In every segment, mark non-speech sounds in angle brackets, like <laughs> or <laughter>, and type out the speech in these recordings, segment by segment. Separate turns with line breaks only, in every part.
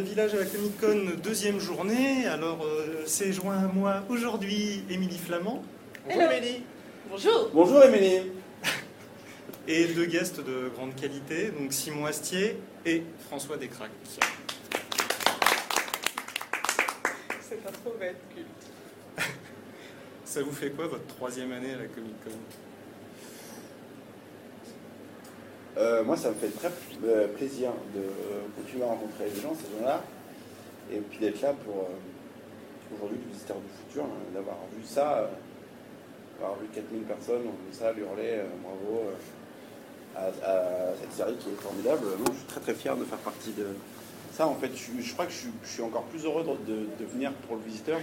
village avec le Nikon, deuxième journée. Alors, euh, c'est joint à moi aujourd'hui Émilie Flamand. Bonjour
Hello.
Émilie.
Bonjour.
Bonjour Émilie.
<laughs> Et deux guests de grande qualité, donc Simon Astier et François Descraques.
Cette intro va être culte.
<laughs> Ça vous fait quoi votre troisième année à la Comic Con
Euh, moi, ça me fait très euh, plaisir de euh, continuer à rencontrer les gens, ces gens-là, et puis d'être là pour euh, aujourd'hui le visiteur du futur, hein, d'avoir vu ça, euh, d'avoir vu 4000 personnes en salle hurler euh, bravo euh, à, à cette série qui est formidable. Non, je suis très très fier de faire partie de ça. En fait, je, suis- je crois que je, suis- je suis encore plus heureux de, de- de venir pour le visiteur.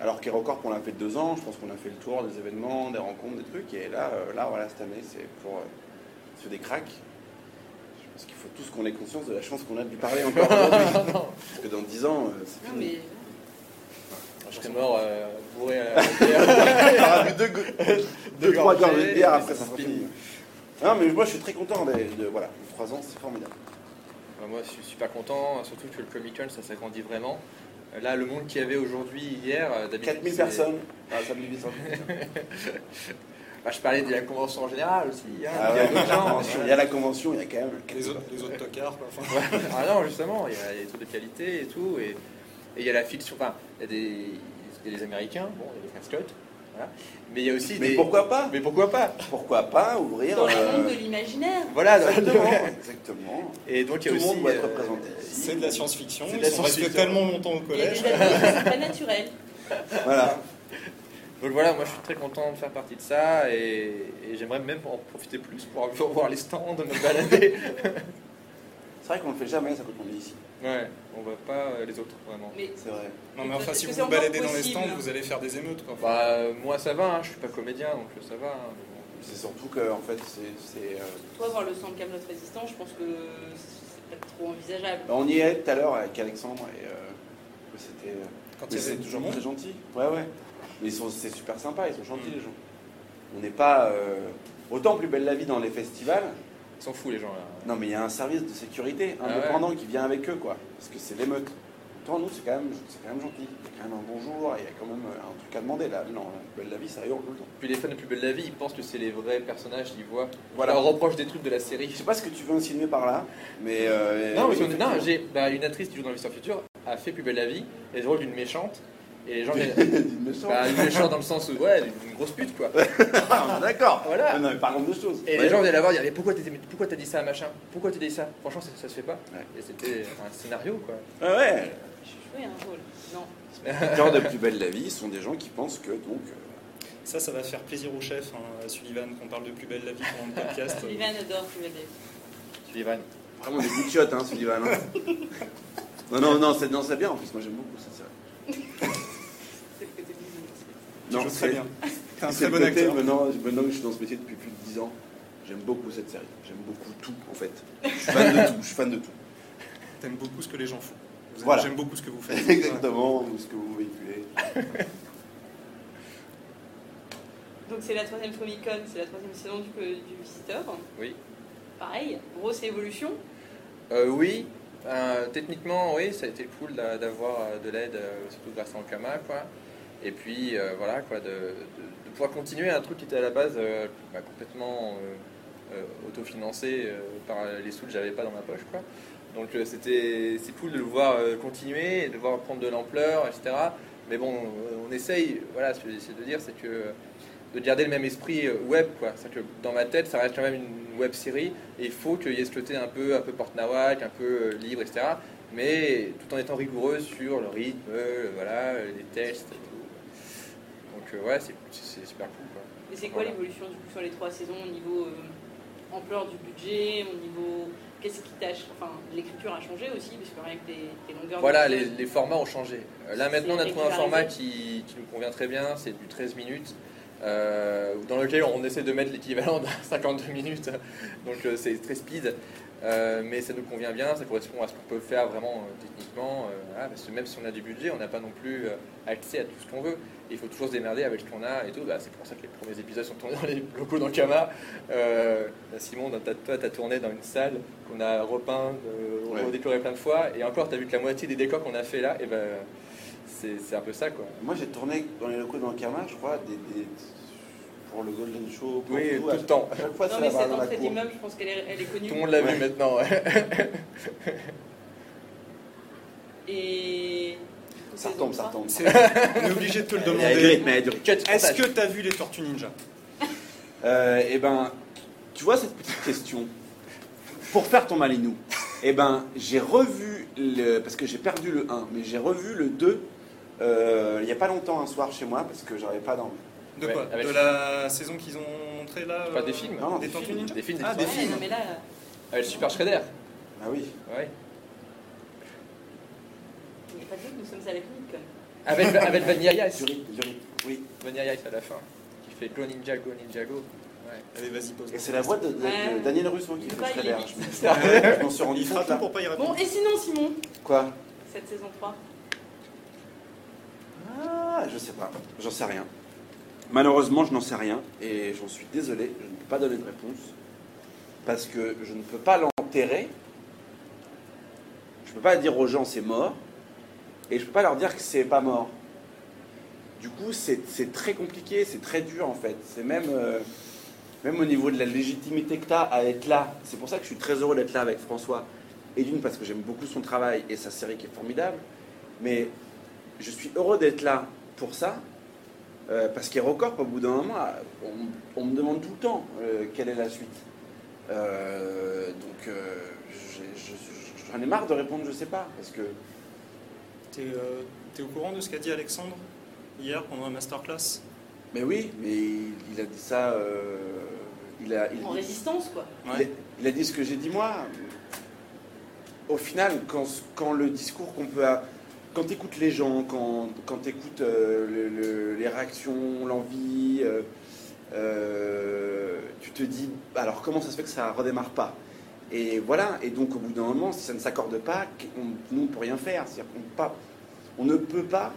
Alors qu'est record qu'on l'a fait deux ans, je pense qu'on a fait le tour des événements, des rencontres, des trucs, et là, euh, là voilà, cette année, c'est pour euh, se des cracks. Je pense qu'il faut tous qu'on ait conscience de la chance qu'on a de lui parler
<laughs>
encore aujourd'hui. Parce que dans 10 ans, euh, c'est
Non,
fini.
mais
Je serais mort euh, bourré
<laughs>
à la bière.
Il y aura plus deux, go- deux,
<laughs> Deux
trois gorgées
gorgées, euh,
de bière
et
après
c'est
ça sera
fini.
fini. Non, mais moi je suis très content. De, de- voilà, 3 ans, c'est formidable.
Bah, Moi, je suis super content, hein, surtout que le Comic Con, ça s'agrandit vraiment. Euh, Là, le monde qu'il y avait aujourd'hui, hier, euh, d'habitude.
4000
c'est-
personnes. Ah, ça me dit ça.
Bah, je parlais de la convention en général aussi. hein.
Ah
il y a
ouais,
d'autres gens.
Il y a la convention, il y a quand même.
les autres, les autres tocards, quoi. Enfin,
Ouais. Ah non, justement, il y a des trucs de qualité et tout. Et, et il y a la fiction. Enfin, il y a des, il y a des Américains, bon, il y a des Cascottes. Voilà. Mais il y a aussi
Mais
des.
pourquoi pas
Mais pourquoi pas
Pourquoi pas ouvrir
dans le
euh,
monde de l'imaginaire.
Voilà,
Exactement. <laughs>
exactement.
Exactement.
Et donc, il y a
Tout le
aussi.
monde doit être
euh,
représenté.
c'est de la science-fiction.
C'est de
Ils
la
sont restés
science-fiction.
tellement longtemps au
Il y a des
collège.
années où <laughs> c'est pas naturel.
Voilà.
Donc voilà, moi je suis très content de faire partie de ça et, et j'aimerais même en profiter plus pour <laughs> avoir- voir les stands, me <laughs> balader.
C'est vrai qu'on le fait jamais, ça peut tomber ici.
Ouais, on voit pas euh, les autres vraiment.
Mais
C'est vrai.
Non, mais enfin, si vous
Parce que
vous
c'est
baladez
encore
dans les
possible,
stands,
hein.
vous allez faire des émeutes, quoi.
Bah euh, moi ça va, hein, je suis pas comédien donc ça va. hein, mais bon.
C'est surtout que, en fait, c'est. c'est, euh,
toi, voir le sang de Camelot résistant, je pense que c'est pas trop envisageable.
On y est tout à l'heure avec Alexandre et euh, c'était. euh,
quand il
Mais
y avait
c'est
du
toujours
monde.
très gentil. Ouais, ouais. Mais ils sont, c'est super sympa, ils sont gentils
Mm.
les gens. On n'est pas. euh, autant plus belle la vie dans les festivals.
Ils s'en foutent les gens là.
Non, mais il y a un service de sécurité
Ah ouais.
indépendant qui vient avec eux, quoi. Parce que c'est l'émeute. Tant nous, c'est quand, même, c'est quand même gentil. Il y a quand même un bonjour, il y a quand même euh, un truc à demander là. Non, la plus belle la vie, ça hurle tout le temps.
Puis les fans de Plus Belle la Vie, ils pensent que c'est les vrais personnages qu'ils voient.
Voilà.
Voilà, on reproche des trucs de la
Je
série.
sais pas ce que tu veux insinuer par là, mais. euh,
Non, mais
euh,
on- non,
<laughs>
j'ai bah, une actrice qui joue dans le future Futur a fait Plus Belle la Vie, et le rôle d'une méchante. Et les gens,
D'une méchante.
bah, une méchante dans le sens où ouais, une grosse pute quoi.
Ah, d'accord.
Voilà.
Non, mais parlons de choses.
Et
Ouais.
les gens venaient la voir, ils disaient Mais pourquoi t'as pourquoi t'as dit ça à machin Pourquoi t'as dit ça Franchement, ça, ça se fait pas.
Ouais.
Et c'était un scénario quoi.
Ah ouais.
<laughs>
Je hein. jouais un rôle. Non.
Les gens de plus belle la vie sont des gens qui pensent que donc. euh,
Ça, ça va faire plaisir au chef, hein, à Sullivan, qu'on parle de plus belle la vie pendant le podcast. <laughs>
Sullivan adore Sullivan.
Sullivan.
Vraiment des goûts de chiottes, hein, Sullivan. hein. Non, non, non, c'est, non, c'est bien en plus, moi j'aime beaucoup, ça. ça.
C'est ce que t'es dit.
Tu
Non,
joues très bien. T'es un
c'est
très
le
bon
côté,
acteur.
Maintenant, maintenant que je suis dans ce métier depuis plus de 10 ans, j'aime beaucoup cette série. J'aime beaucoup tout, en fait. Je suis fan de tout, je suis fan de tout.
<laughs> T'aimes beaucoup ce que les gens font. Vous aimez-
Voilà.
J'aime beaucoup ce que vous faites.
<laughs> Exactement ce que vous véhiculez.
Donc c'est la troisième Comic Con, c'est la troisième saison du, euh, du visiteur.
Oui.
Pareil, grosse évolution.
Euh, oui, euh, techniquement, oui, ça a été cool d'a- d'avoir euh, de l'aide, euh, surtout grâce à Ankama quoi. Et puis euh, voilà quoi, de, de- de pouvoir continuer un truc qui était à la base euh, bah, complètement euh, euh, autofinancé euh, par les sous que j'avais pas dans ma poche quoi. Donc euh, c'était c'est cool de le voir euh, continuer, et de le voir prendre de l'ampleur, etc. Mais bon, euh, on essaye, voilà, ce que j'essaie de dire, c'est que euh, de garder le même esprit euh, web, quoi. C'est-à-dire que dans ma tête, ça reste quand même une web série, et il faut qu'il y ait ce côté un peu, un peu porte-nawak, un peu euh, libre, etc. Mais tout en étant rigoureux sur le rythme, euh, voilà, euh, les tests et tout. Donc euh, ouais, c'est c'est super cool, quoi.
Et c'est quoi
Voilà.
l'évolution du coup sur les trois saisons au niveau euh, ampleur du budget, au niveau qu'est-ce qui t'a ch- enfin l'écriture a changé aussi parce que rien que tes, tes longueurs. de
Voilà, les,
vidéos-
les formats ont changé. Euh, Là
C'est
maintenant, on a trouvé un
régularisé.
format qui, qui nous convient très bien, c'est du 13 minutes, <laughs> euh, dans lequel on essaie de mettre l'équivalent d'un 52 minutes, donc euh, c'est très speed. Euh, mais ça nous convient bien, ça correspond à ce qu'on peut faire vraiment euh, techniquement. euh, voilà, parce que même si on a du budget, on n'a pas non plus euh, accès à tout ce qu'on veut. Il faut toujours se démerder avec ce qu'on a et tout. Bah, c'est pour ça que les premiers épisodes sont tournés dans les locaux d'Ankama. Euh, Simon, dans ta, toi, tu as tourné dans une salle qu'on a repeinte, euh,
Ouais.
redécorée plein de fois. Et encore, tu as vu que la moitié des décors qu'on a fait là, et ben, c'est c'est un peu ça quoi.
Moi, j'ai tourné dans les locaux d'Ankerma, je crois, des, des- pour le Golden Show. pour
Oui,
à
tout
chaque-
le temps.
À chaque fois,
Non,
c'est
mais
là-bas,
cette
dans la
entrée
cour.
d'immeuble, je pense qu'elle est, elle est connue.
Tout le monde l'a
Ouais.
vu maintenant. ouais.
Et.
Ça retombe, ça retombe.
C'est- On est obligé de te le
Elle a duré,
demander.
mais elle a duré.
Cut,
Est-ce
montage.
que t'as vu les Tortues Ninja
Euh, eh ben, tu vois cette petite question. Pour faire ton Malinou, eh ben, j'ai revu le. Parce que j'ai perdu le 1, mais j'ai revu le 2 euh, il n'y a pas longtemps un soir chez moi parce que j'avais pas d'envie.
De
Ouais,
quoi
avec-
De la saison qu'ils ont montrée là
Pas
euh,
des films.
Non, non,
Des
des
Tortues
films.
Ninja
Des films, des
Ah, des
films.
Ouais,
films.
non, mais là,
Avec Super Shredder.
Ah oui.
Ouais.
il n'y a pas de doute, nous sommes à la clinique quand même.
Avec, avec Vanilla Ice.
Du rythme, du rythme. Oui.
Vanilla Ice à la fin, qui fait Go Ninja, Go Ninja Go.
euh, Allez, vas-y, pose.
Et c'est la voix de, de- de
Ouais.
Daniel Russo qui
Il
fait
va, il
Shredder.
est
Je
vite.
me- ah je m'en suis rendu
Il fera
compte
tout
là.
pour pas y répondre.
Bon, et sinon, Simon,
Quoi
cette saison 3
Ah, je sais pas, j'en sais rien. Malheureusement, je n'en sais rien et j'en suis désolé, je ne peux pas donner de réponse parce que je ne peux pas l'enterrer. Je ne peux pas dire aux gens c'est mort et je ne peux pas leur dire que c'est pas mort. Du coup, c'est c'est très compliqué, c'est très dur en fait. C'est même, euh, même au niveau de la légitimité que tu as à être là. C'est pour ça que je suis très heureux d'être là avec François. Et d'une, parce que j'aime beaucoup son travail et sa série qui est formidable. Mais je suis heureux d'être là pour ça, euh, parce qu'il y a record, au bout d'un moment, on, on me demande tout le temps euh, quelle est la suite. Euh, donc, euh, j'ai- je- je- j'en ai marre de répondre, je sais pas, parce que
T'es euh, t'es au courant de ce qu'a dit Alexandre hier pendant la masterclass
mais oui, mais il, il a dit ça, euh, il a, il-
En résistance, quoi.
il a- il a dit ce que j'ai dit moi. Au final, quand, ce- quand le discours qu'on peut, a- quand t'écoutes les gens, quand, quand t'écoutes euh, le- le- les réactions, l'envie, euh, euh, tu te dis, alors comment ça se fait que ça redémarre pas Et voilà. Et donc au bout d'un moment, si ça ne s'accorde pas, on, nous on peut rien faire. C'est-à-dire qu'on peut pas- on ne peut pas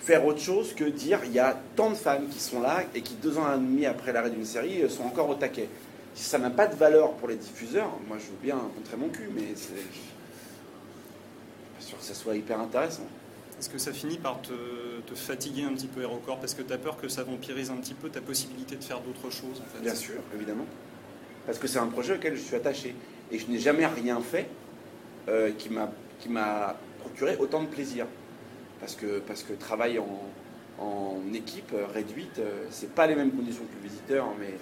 faire autre chose que dire il y a tant de femmes qui sont là et qui deux ans et demi après l'arrêt d'une série euh, sont encore au taquet. Si ça n'a pas de valeur pour les diffuseurs, moi je veux bien montrer mon cul, mais c'est- je suis pas sûr que ça soit hyper intéressant.
Est-ce que ça finit par te, te fatiguer un petit peu, Aéroport Parce que t'as peur que ça vampirise un petit peu ta possibilité de faire d'autres choses, en fait.
Bien sûr, évidemment. Parce que c'est un projet auquel je suis attaché. Et je n'ai jamais rien fait euh, qui m'a qui m'a procuré autant de plaisir. Parce que, parce que travail en, en équipe euh, réduite, euh, c'est pas les mêmes conditions que le visiteur, mais,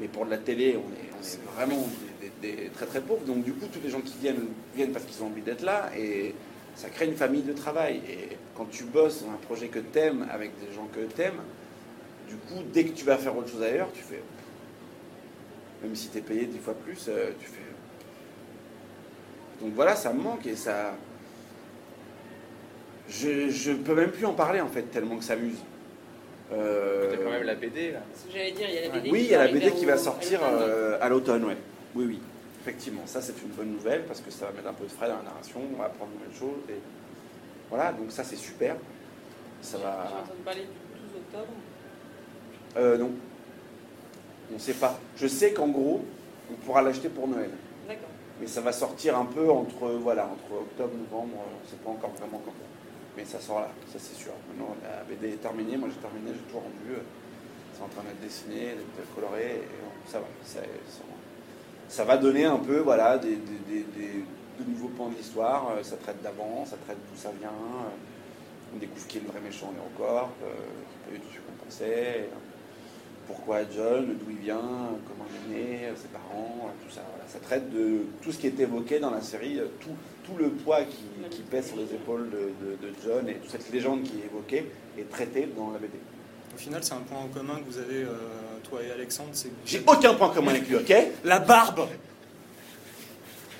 mais pour de la télé, on est, on est vraiment des, des- des très très pauvres. Donc du coup, tous les gens qui viennent, viennent parce qu'ils ont envie d'être là, et ça crée une famille de travail. Et quand tu bosses dans un projet que t'aimes, avec des gens que t'aimes, du coup, dès que tu vas faire autre chose ailleurs, tu fais. Même si tu es payé dix fois plus, euh, tu fais. Donc voilà, ça me manque et ça. Je, je peux même plus en parler en fait, tellement que ça m'use. Euh,
T'as quand même la BD là.
Parce que J'allais dire, il y a la BD.
Oui,
qui
il y a
va
la BD
arriver
qui
au-
va sortir
à l'automne.
euh, à l'automne, ouais. Oui, oui. Effectivement, ça c'est une bonne nouvelle parce que ça va mettre un peu de frais dans la narration, on va apprendre de nouvelles choses. Et... Voilà, donc ça c'est super. Ça va.
J'ai entendu parler du 12 octobre.
Euh, non. On ne sait pas. Je sais qu'en gros, on pourra l'acheter pour Noël.
D'accord.
Mais ça va sortir un peu entre, voilà, entre octobre, novembre, euh, on ne sait pas encore vraiment quand. Mais ça sort là, ça c'est sûr. Maintenant, la BD est terminée, moi j'ai terminé, j'ai tout rendu. euh, C'est en train d'être dessiné, d'être coloré, et on- ça va. Ça, ça va. Ça va donner un peu, voilà, des, des- des- des- de nouveaux pans de l'histoire. euh, Ça traite d'avant, ça traite d'où ça vient. euh, On découvre qui est le vrai méchant en Eurocorp, euh, qui peut être ce qu'on pensait. euh, pourquoi John, d'où il vient, comment il est né, euh, ses parents, tout ça. Voilà. Ça traite de tout ce qui est évoqué dans la série, euh, tout, tout le poids qui, qui pèse sur les épaules de, de- de John et toute cette légende qui est évoquée est traitée dans la BD.
Au final, c'est un point en commun que vous avez, euh, toi et Alexandre, c'est que vous
J'ai
avez-
aucun point commun avec lui, ok
la barbe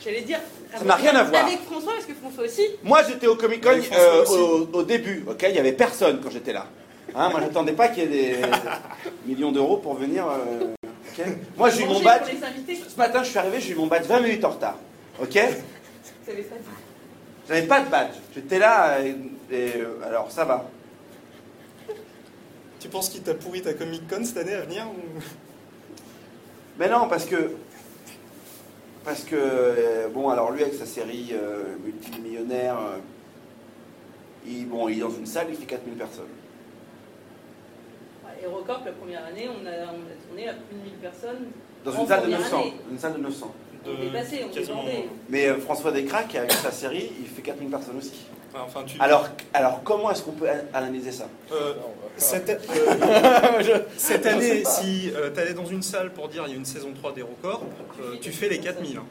J'allais dire.
Ça n'a rien à voir.
Avec François, parce que François aussi.
Moi j'étais au Comic Con euh,
Oui, François aussi.
au, au début, ok Il n'y avait personne quand j'étais là. Hein, moi j'attendais pas qu'il
<laughs>
y ait des millions d'euros pour venir. euh, ok moi j'ai eu mon
Manger
badge.
Pour les invités.
Ce matin je suis arrivé, j'ai eu mon badge 20 minutes en retard. Ok
Vous savez ça
J'avais pas de badge. J'étais là et, et, euh, alors ça va.
Tu penses qu'il t'a pourri ta Comic Con cette année à venir ou-
Mais non, parce que. Parce que. euh, bon, alors lui, avec sa série euh, multimillionnaire, euh, il, bon, il est dans une salle, il fait 4000 personnes.
Ouais, Et Recorp, la première année, on a, on a tourné à plus de 1000 personnes.
Dans
En
une salle de
première
900.
année.
Une salle de 900.
On est passé, on est
quasiment-
bandé.
Mais euh, François Descraques, avec sa série, il fait 4000 personnes aussi.
Enfin, tu...
Alors, alors comment est-ce qu'on peut analyser ça
Euh,
Non, on va pas-
Cette, <laughs> euh, cette année, si tu allais dans une salle pour dire il y a une saison 3 des records, euh, tu fais les 4000. hein.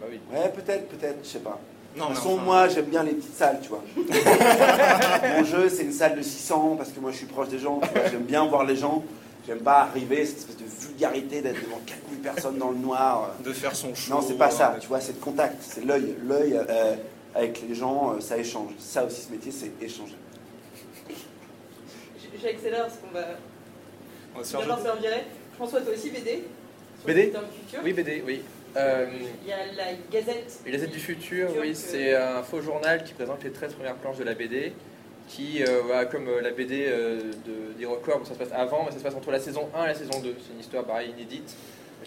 Bah oui.
Ouais, peut-être, peut-être, je sais pas.
Non,
De
mais
toute façon,
enfin,
moi, j'aime bien les petites salles, <laughs> tu vois. Mon jeu, c'est une salle de 600 parce que moi, je suis proche des gens. tu vois. J'aime bien voir les gens. J'aime pas arriver, cette espèce de vulgarité d'être devant 4000 personnes dans le noir.
de faire son show.
Non, c'est pas ça,
euh,
tu vois, c'est le contact, c'est l'œil. L'œil euh, avec les gens, euh, ça échange. Ça aussi, ce métier, c'est échanger.
J- J'accélère parce qu'on va
on va se euh, faire
d'abord se
jeter.
faire virer. François, toi aussi, BD sur
BD?
le Putain de Culture.
Oui, BD, oui. Euh,
Il y a la Gazette.
et Les aides du futur,
Futur
oui,
que-
c'est un faux journal qui présente les 13 premières planches de la BD, qui, euh, voilà, comme euh, la BD euh, de- des records, bon, ça se passe avant, mais ça se passe entre la saison 1 et la saison 2. C'est une histoire pareil, inédite,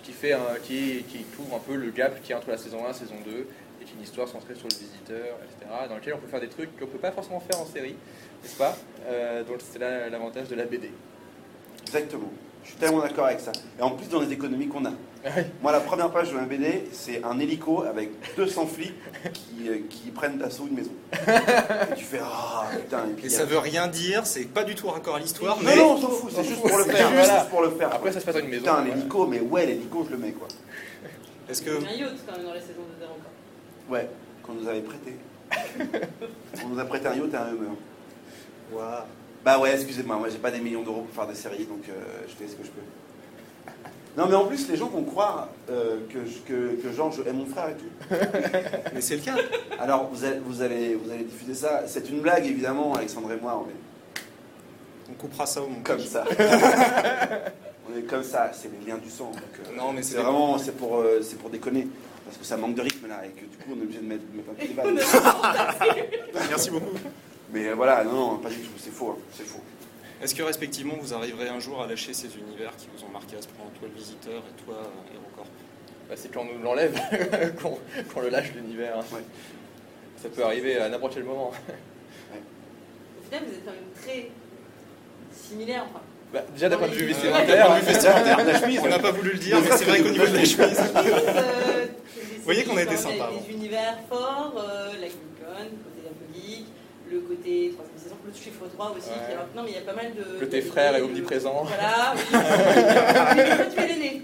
qui, fait un- qui, qui couvre un peu le gap qui est entre la saison 1 et la saison 2, et qui est une histoire centrée sur le visiteur, etc., dans laquelle on peut faire des trucs qu'on ne peut pas forcément faire en série, n'est-ce pas Euh, Donc c'est là l'avantage de la BD.
Exactement. Je suis tellement d'accord avec ça. Et en plus, dans les économies qu'on a. Moi, la première page de ma BD, c'est un hélico avec 200 flics qui, euh, qui prennent d'assaut une maison. Et tu fais Ah, putain, et puis
Et
il y a-
ça veut rien dire, c'est pas du tout raccord à l'histoire,
Non,
mais
non, on s'en fout, c'est juste pour le
C'est
faire.
juste
voilà, juste pour le faire.
Après, ça se passe dans une maison.
Putain,
voilà.
l'hélico, mais ouais, l'hélico, je le mets quoi.
est-ce
Il y
que
a un yacht quand même dans la saison de Zéro.
Ouais, qu'on nous avait <laughs> prêté. on nous a prêté un yacht et un humeur.
Ouah.
Bah ouais, excusez-moi, moi j'ai pas des millions d'euros pour faire des séries, donc euh, je fais ce que je peux. Non, mais en plus, les gens vont croire euh, que, je- que, que genre je aime mon frère et tout.
mais c'est le cas
Alors, vous allez, vous allez, vous allez diffuser ça. C'est une blague, évidemment, Alexandre et moi, on est
On coupera ça au monde.
comme <laughs> ça. on est comme ça, c'est les liens du sang. donc, euh,
Non, mais
c'est
c'est
vraiment c'est pour, euh, c'est pour déconner. Parce que ça manque de rythme là, et que du coup, on est obligé de mettre, mettre un peu des balles.
Merci beaucoup.
Mais euh, voilà, non, non, pas du tout, c'est faux, hein, c'est faux.
Est-ce que respectivement vous arriverez un jour à lâcher ces univers qui vous ont marqué à ce point, toi le visiteur et toi euh, Hérocorp
Bah, c'est quand on nous l'enlève <laughs> qu'on qu'on le lâche l'univers. hein.
Ouais.
Ça peut arriver à n'importe quel moment.
Au final, vous êtes quand même très similaires. Enfin,
Bah, déjà d'un point de vue
Euh,
vestimentaire,
d'un point de vue vestimentaire.
hein.
La chemise,
On n'a pas voulu le dire,
Ne
mais
serait-ce
c'est
que
vrai
de
qu'au niveau de la chemise.
euh,
Vous voyez qu'on a été sympa avant.
Des, des univers forts, euh, la Comic Con, le côté un peu geek, le côté troisième saison, le chiffre 3 aussi.
Ouais.
qui est- non, mais il y a pas mal de.
Le tes
de-
frères est
de-
omniprésent.
Voilà, oui. Mais toi, tu es l'aîné.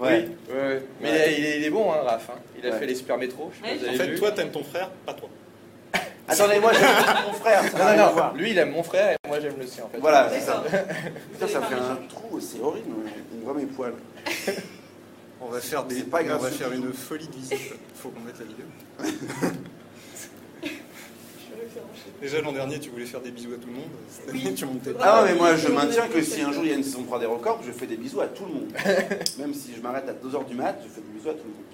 Ouais.
Oui, ouais, ouais. Mais
Ouais.
il, est, il est bon, hein, Raph. hein. Il a
Ouais.
fait les super métro. Je sais pas
Ouais.
si vous
En
avez
fait,
vu.
toi t'aimes ton frère, pas toi.
Attendez, moi j'aime mon frère, ça n'a rien à
non, non,
voir.
non. Lui, il aime mon frère et moi, j'aime le sien. En fait.
Voilà, c'est ça.
D'accord.
Putain, ça fait un trou, c'est horrible, on voit mes poils.
On va faire des.
C'est pas grave.
On va faire une folie de visite. Faut qu'on mette la vidéo. Déjà l'an dernier tu voulais faire des bisous à tout le <laughs> monde. Cette année, tu montais pas.
Ah non, mais moi je maintiens que si un jour il y a une saison 3 des records, je fais des bisous à tout le <laughs> monde. Même si je m'arrête à 2h du mat, je fais des bisous à tout le monde.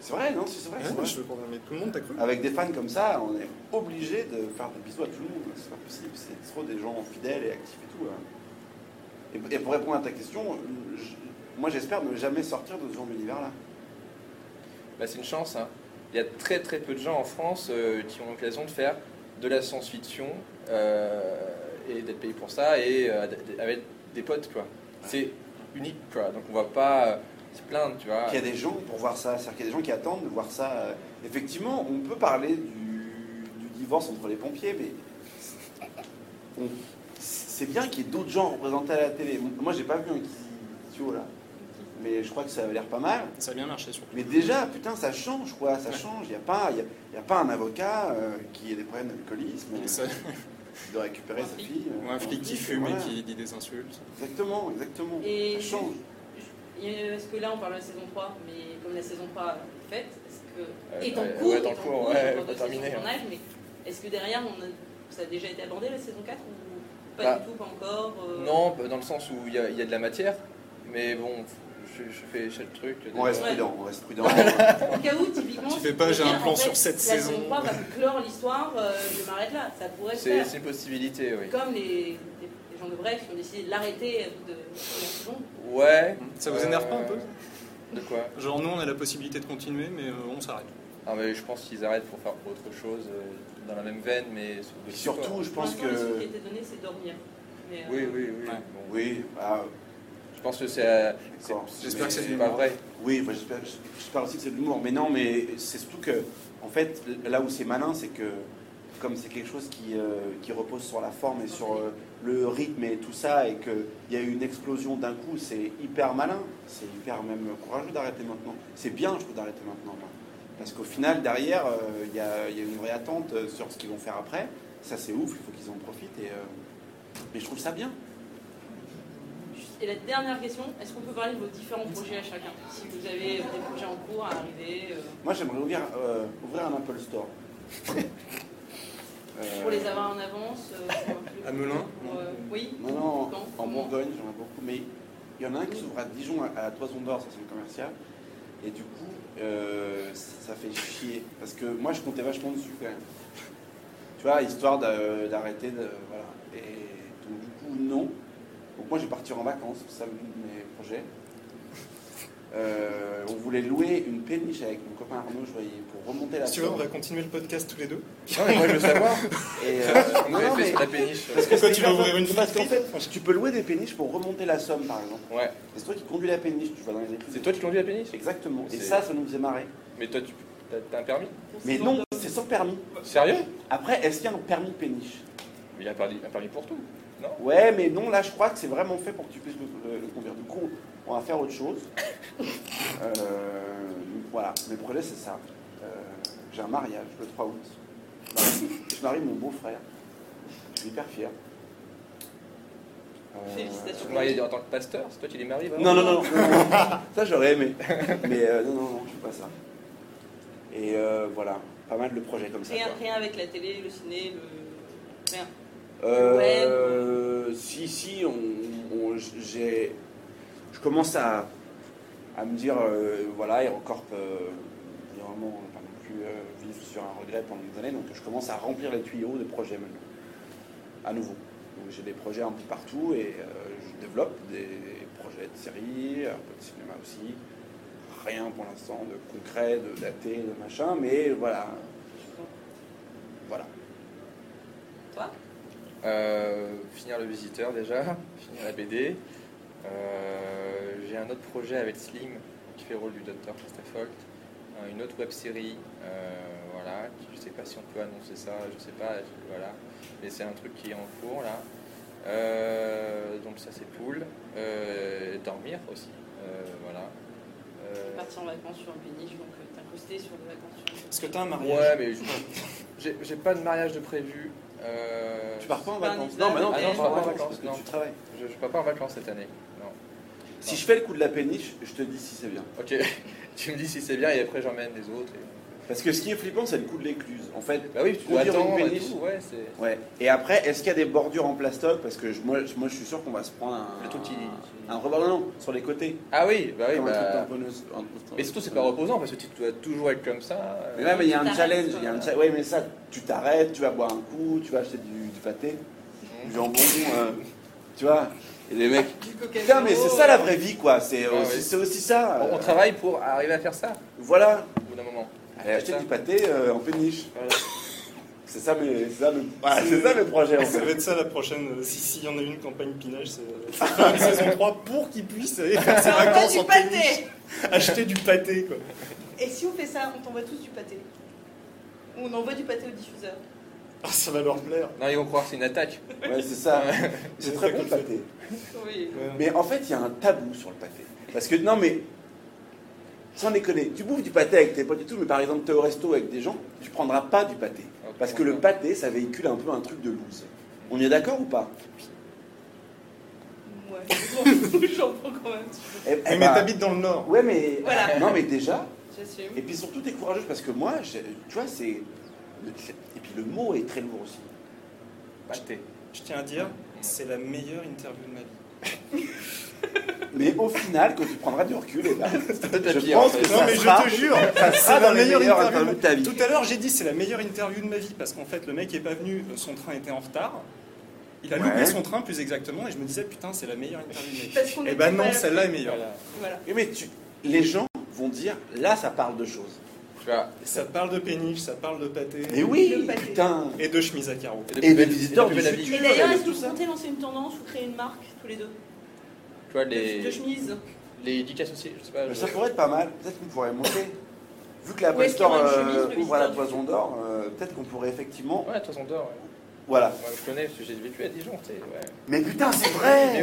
C'est vrai, non C'est vrai, c'est
Ouais,
vrai.
je Ah, veux qu'on mette tout le monde, t'as cru
Avec des fans comme ça, on est obligé de faire des bisous à tout le monde. C'est pas possible, c'est trop des gens fidèles et actifs et tout. hein. Et, et pour répondre à ta question, je- moi j'espère ne jamais sortir de ce genre d'univers-là.
Bah, c'est une chance. hein. Il y a très très peu de gens en France euh, qui ont l'occasion de faire de la science-fiction euh, et d'être payés pour ça et euh, d- d- avec des potes quoi. C'est unique quoi. Donc on va pas euh, se plaindre, tu vois.
Il y a des gens pour voir ça, c'est-à-dire qu'il y a des gens qui attendent de voir ça. Euh, Effectivement, on peut parler du, du divorce entre les pompiers, mais on- c'est bien qu'il y ait d'autres gens représentés à la télé. Moi, j'ai pas vu un Kizio là, mais je crois que ça avait l'air pas mal.
Ça a bien marché sur
Mais déjà, putain, ça change quoi, ça change. Il n'y a, pas- il y a, il y a pas un avocat euh, qui ait des problèmes d'alcoolisme, euh,
ça,
qui doit récupérer sa fille.
ou
euh,
un flic qui fume
voilà.
et qui dit des insultes.
Exactement, exactement.
Et
ça change.
Et, euh, Parce que là, on parle de la saison 3, mais comme la saison 3 est faite, est-ce
Euh,
que. est en
ouais,
cours,
ouais,
est
dans
en
le cours,
cours,
ouais,
est en
pas
cours de saison
terminé,
de tournage, mais est-ce que derrière, on a- ça a déjà été abordé la saison 4 ou pas
Bah,
du tout, pas encore euh,
Non, bah, dans le sens où il y, a- il y a de la matière, mais bon, je, je fais chaque truc.
On reste
Ouais.
prudent, on reste
<laughs>
prudent.
Au cas où, typiquement.
Tu
si
fais
tu
pas,
peux
j'ai
dire,
un plan
en fait,
sur sept
la saison
saisons.
3 va clore l'histoire, euh, je m'arrête là. Ça pourrait se
C'est
faire.
c'est une possibilité, oui.
Comme les, les gens de Bref qui ont décidé de l'arrêter euh, de de la saison.
Ouais.
Ça vous énerve pas un peu
De quoi
Genre, nous, on a la possibilité de continuer, mais euh, on s'arrête.
Ah, mais je pense qu'ils arrêtent pour faire autre chose euh, dans la même veine, mais sur
Et surtout,
d'autres supports.
je
Pour
pense
l'instant, le truc qui
que.
était donné, c'est dormir. Mais, euh,
Oui, oui, oui.
Ouais.
Bon,
Oui, ah,
Je pense que c'est. euh, c'est-
D'accord.
J'espère que c'est
c'est pas vrai.
oui moi, j'espère j'espère aussi que c'est de l'humour. Mais non, mais c'est surtout que, en fait, là où c'est malin, c'est que, comme c'est quelque chose qui, euh, qui repose sur la forme et sur euh, le rythme et tout ça, et qu'il y a eu une explosion d'un coup, c'est hyper malin. C'est hyper même courageux d'arrêter maintenant. C'est bien, je trouve, d'arrêter maintenant. moi. Parce qu'au final, derrière, euh, il y, a, il y a une vraie attente euh, sur ce qu'ils vont faire après. Ça, c'est ouf, il faut qu'ils en profitent. Et, euh, mais je trouve ça bien.
juste- Et la dernière question, est-ce qu'on peut parler de vos différents projets à chacun Si vous avez euh, des projets en cours à arriver, euh,
Moi, j'aimerais ouvrir, euh, ouvrir un Apple
<laughs>
Store. Euh,
pour les avoir en avance euh, pour un peu-
À Melun
pour, euh, Oui.
Non, non,
Quand
en
Comment
Bourgogne, j'aimerais beaucoup. Mais il y en a un qui s'ouvre à Dijon, à, à Toison d'Or, ça c'est le commercial. Et du coup, euh, ça ça fait chier. Parce que moi, je comptais vachement dessus quand même. <laughs> Tu vois, histoire d'a- d'arrêter de. Voilà. Et donc, du coup, non. Donc, moi, je vais partir en vacances, c'est ça mes projets. Euh, on voulait louer une péniche avec mon copain Arnaud Joyer pour remonter la
Si tu veux, on
Somme.
va continuer le podcast tous les deux.
Non, mais moi je
<laughs>
veux savoir.
Et,
<laughs>
euh,
On
non,
avait
non,
fait
mais-
sur la péniche. euh,
parce que
Pourquoi
c'est
tu veux
hyper
ouvrir une
simple. Parce qu'en
friterie
fait, tu peux louer des péniches pour remonter la Somme, par exemple.
Ouais.
C'est toi qui conduis la péniche, tu vas dans les
C'est toi qui conduis la péniche
Exactement. Et
C'est-
ça, ça nous faisait marrer.
Mais toi, tu t'as- t'as un permis
Mais non, c'est sans permis.
Sérieux
Après, est-ce qu'il y a un permis péniche
Il a un permis, un permis pour tout. Non
Ouais, mais non, là, je crois que c'est vraiment fait pour que tu puisses le, le- le conduire. Du coup, on va faire autre
<laughs>
chose. Euh, voilà, mes projets, c'est ça. Euh, J'ai un mariage le 3 août. Je marie- Je marie mon beau-frère. Je suis hyper fier. Euh,
Félicitations.
Tu te maries en tant que pasteur C'est toi qui les maries vraiment
Non, non, non, non, non, non. <laughs> ça j'aurais aimé. Mais euh, non, non, non, je fais pas ça. Et euh, voilà, pas mal de projets comme ça.
euh, Rien,
quoi.
rien avec la télé, le ciné, le. Rien.
Euh, Si, si, on, on- j'ai, je commence à, à me dire, euh, voilà, Aérocorp, euh, évidemment, on peut pas non plus euh, vivre sur un regret pendant des années, donc je commence à remplir les tuyaux de projets maintenant, à nouveau. Donc j'ai des projets un peu partout et euh, je développe des projets de séries, un peu de cinéma aussi. Rien pour l'instant de concret, de daté, de machin, mais voilà, voilà.
Toi
Euh, finir le visiteur déjà, <laughs> finir la BD. Euh, J'ai un autre projet avec Slim qui fait le rôle du docteur Christophe Holt. Euh, Une autre web série, euh, voilà. qui- Je sais pas si on peut annoncer ça, je sais pas, je- voilà. Mais c'est un truc qui est en cours là. Euh, donc ça c'est cool. Euh, dormir aussi, euh, voilà. Euh,
Parti en vacances sur une péniche, donc euh, t'incruster sur des vacances sur une
Est-ce que t'as un
Ouais,
mariage
mais je- j'ai j'ai pas de mariage de prévu. Euh,
Tu pars pas en
Pas un
vacances
hiver,
Non, mais non,
Ah
tu
non, je
pars
pars pas en
parce
vacances,
que
non.
tu travailles.
Je, je pars pas en vacances cette année. Non.
Si je fais le coup de la péniche, je te dis si c'est bien.
Ok. <laughs> tu me dis si c'est bien et après j'emmène les autres. et-
Parce que ce qui est flippant, c'est le coup de l'écluse. En fait,
Bah oui, tu dois
Conduire une
attendre et
péniche.
tout, Ouais, c'est.
ouais. Et après, est-ce qu'il y a des bordures en plastoc Parce que je- moi, je- moi, je suis sûr qu'on va se prendre un.
Le truc qui- qui-
Un rebord, non, non, sur les côtés.
Ah oui, bah oui.
Comme un
bah-
truc tamponneuse. Un-
Mais surtout c'est pas reposant parce que tu dois toujours être comme ça. euh.
Mais là, mais il y a un
Tu
challenge.
t'arrêtes,
il y a un
quoi.
cha- Ouais, mais ça, tu t'arrêtes, tu vas boire un coup, tu vas acheter du, du pâté, du jambon, euh, tu vois. Et les mecs. Putain, mais c'est ça la vraie vie, quoi. C'est
Ah
aussi,
oui.
c'est aussi ça.
On, on
euh,
travaille pour arriver à faire ça
Voilà.
au bout d'un moment.
Allez, acheter
ça.
du pâté euh, en péniche.
Voilà.
C'est ça mes, c'est ça mes, ah, c'est ça mes projets <laughs> en
Ça
fait.
va être ça la prochaine. euh, Si s'il y en a une campagne pinage, c'est euh,
<laughs> Ah,
c'est faire une saison 3 pour qu'ils puissent aller faire ses Ah, vacances en
Ah, du
péniche,
pâté
acheter du pâté. Quoi.
Et si on fait ça, on t'envoie tous du pâté. Ou on envoie du pâté au diffuseur.
Ah, ça va leur plaire.
Non, ils vont croire que c'est une attaque.
Ouais, c'est ça. C'est très bon le pâté.
<laughs> Oui.
Mais
Mais en fait, il y a un tabou sur le pâté. Parce que non, mais sans déconner, tu bouffes du pâté avec tes potes et tout, mais par exemple, t'es au resto avec des gens, tu prendras pas du pâté. Parce que le pâté, ça véhicule un peu un truc de loose. On y est d'accord ou pas
Ouais, <laughs> j'en fous, j'en prends quand même.
Eh- eh
mais
bah,
t'habites dans le Nord.
Ouais, mais
Voilà.
non, mais déjà.
J'assume.
Et puis surtout, t'es courageuse parce que moi, j'ai- tu vois, c'est et puis le mot est très lourd aussi.
pâté.
Je tiens à dire, c'est la meilleure interview de ma vie.
Mais au final, quand tu prendras du recul, eh ben,
Peut-être
je
la pire, en
pense
fait.
que
Non,
ça
mais je
sera-
te jure,
ça
c'est la
sera dans les
meilleure
meilleures
interview.
interviews de ta vie.
Tout à l'heure, j'ai dit c'est la meilleure interview de ma vie parce qu'en fait, le mec est pas venu, euh, son train était en retard. Il a
Ouais.
loupé son train plus exactement et je me disais putain, c'est la meilleure interview de ma vie.
Parce qu'on
Eh
était
bah
ben
pas
non,
là.
celle-là est meilleure.
Voilà.
Oui, Mais tu- les gens vont dire, là, ça parle de choses.
Tu vois,
Ça parle de péniche, ça parle de pâté
Mais oui,
Le pâté.
putain.
et de chemise à carreaux.
de
Et
plus
des
belle-
visiteurs
de plus
du
belle la vie.
futur.
Et
Tu
d'ailleurs,
vois,
est-ce que
tout
vous
ça.
comptez lancer une tendance ou créer une marque tous les deux
Tu vois,
de, de
les,
chemises
les geeks associés, je sais pas.
Mais
je-
ça pourrait être pas mal. Peut-être qu'on pourrait monter. Vu que la
Où
Apple
est-ce qu'il y
Store
aura une
euh,
chemise, le
ouvre à la
visiteur du
Toison d'Or, euh, peut-être qu'on pourrait effectivement.
Ouais, toi, on dort. ouais.
Voilà.
Moi, je connais, parce que j'ai vécu à Dijon. tu sais, Ouais.
Mais putain, c'est
Mais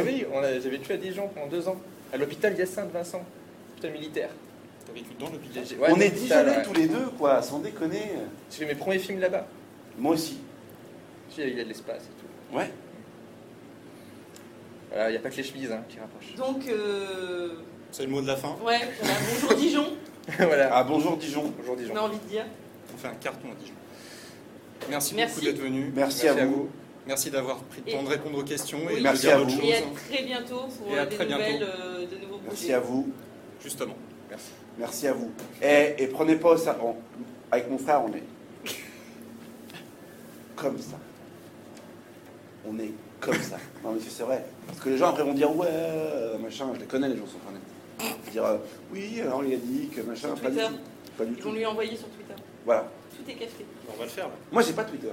vrai
oui, on a- j'ai vécu à Dijon pendant deux ans, à l'hôpital Hyacinthe-Vincent, hôpital militaire.
T'as vécu dans
J'ai-
l'hôpital.
j'ai- ouais,
On
dans
est
l'hôpital,
dijonnés
ouais.
tous les deux, quoi, sans déconner.
J'ai fait mes premiers films là-bas.
Moi aussi.
Tu sais, Il y a de l'espace et tout.
Ouais.
Voilà, il n'y a pas que les chemises hein, qui
<laughs>
rapprochent. <laughs>
Donc, euh,
C'est le mot de la fin.
ouais, <laughs> voilà, bonjour Dijon,
voilà.
Ah, bonjour Dijon.
Bonjour Dijon.
on a envie de dire.
On fait un carton à Dijon. Merci,
Merci.
beaucoup d'être venu.
Merci,
Merci
à
à
vous.
Merci d'avoir pris le temps de répondre aux questions et
Oui.
de
Merci
dire
à
d'autres
vous.
Et
choses. Hein.
à très bientôt pour
Et à
euh, des
très bientôt.
nouvelles, euh, de nouveaux
Merci
projets.
à vous.
Justement.
Merci à vous. Eh, Et, et prenez pas au sérieux. On- Avec mon frère, on est. Comme ça. On est comme ça. Non, mais c'est vrai. Parce que les gens après vont dire ouais, euh, machin, je les connais, les gens sur Internet. Ils vont Dire euh, oui, euh, organique, machin,
Sur
pas du
Twitter.
tout. Pas du
Ils vont
tout.
lui envoyer sur Twitter.
Voilà.
Tout est café.
On va le faire là.
Moi, j'ai pas Twitter.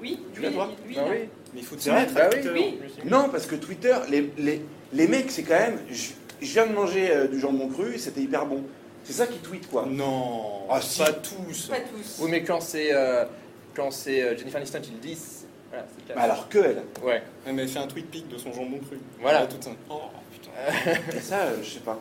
Oui,
Tu
lui,
l'as, toi
lui,
Ah
là.
oui.
Mais il faut
C'est vrai,
te
bah oui.
mettre à
Oui.
Twitter.
Non, parce que Twitter, les, les, les mecs, c'est quand même. Je, je viens de manger euh, du jambon cru, c'était hyper bon. C'est ça qui tweet, quoi.
Mm. Non,
Ah, si.
pas tous.
Pas tous.
Oui, mais quand c'est euh, quand c'est euh, Jennifer Aniston qui le dit, c'est- voilà, c'est clair.
Bah alors que elle.
Ouais.
Elle m'a fait un tweet pic de son jambon cru.
Voilà.
Elle a tout un- Oh, putain.
Et ça, euh, je sais pas.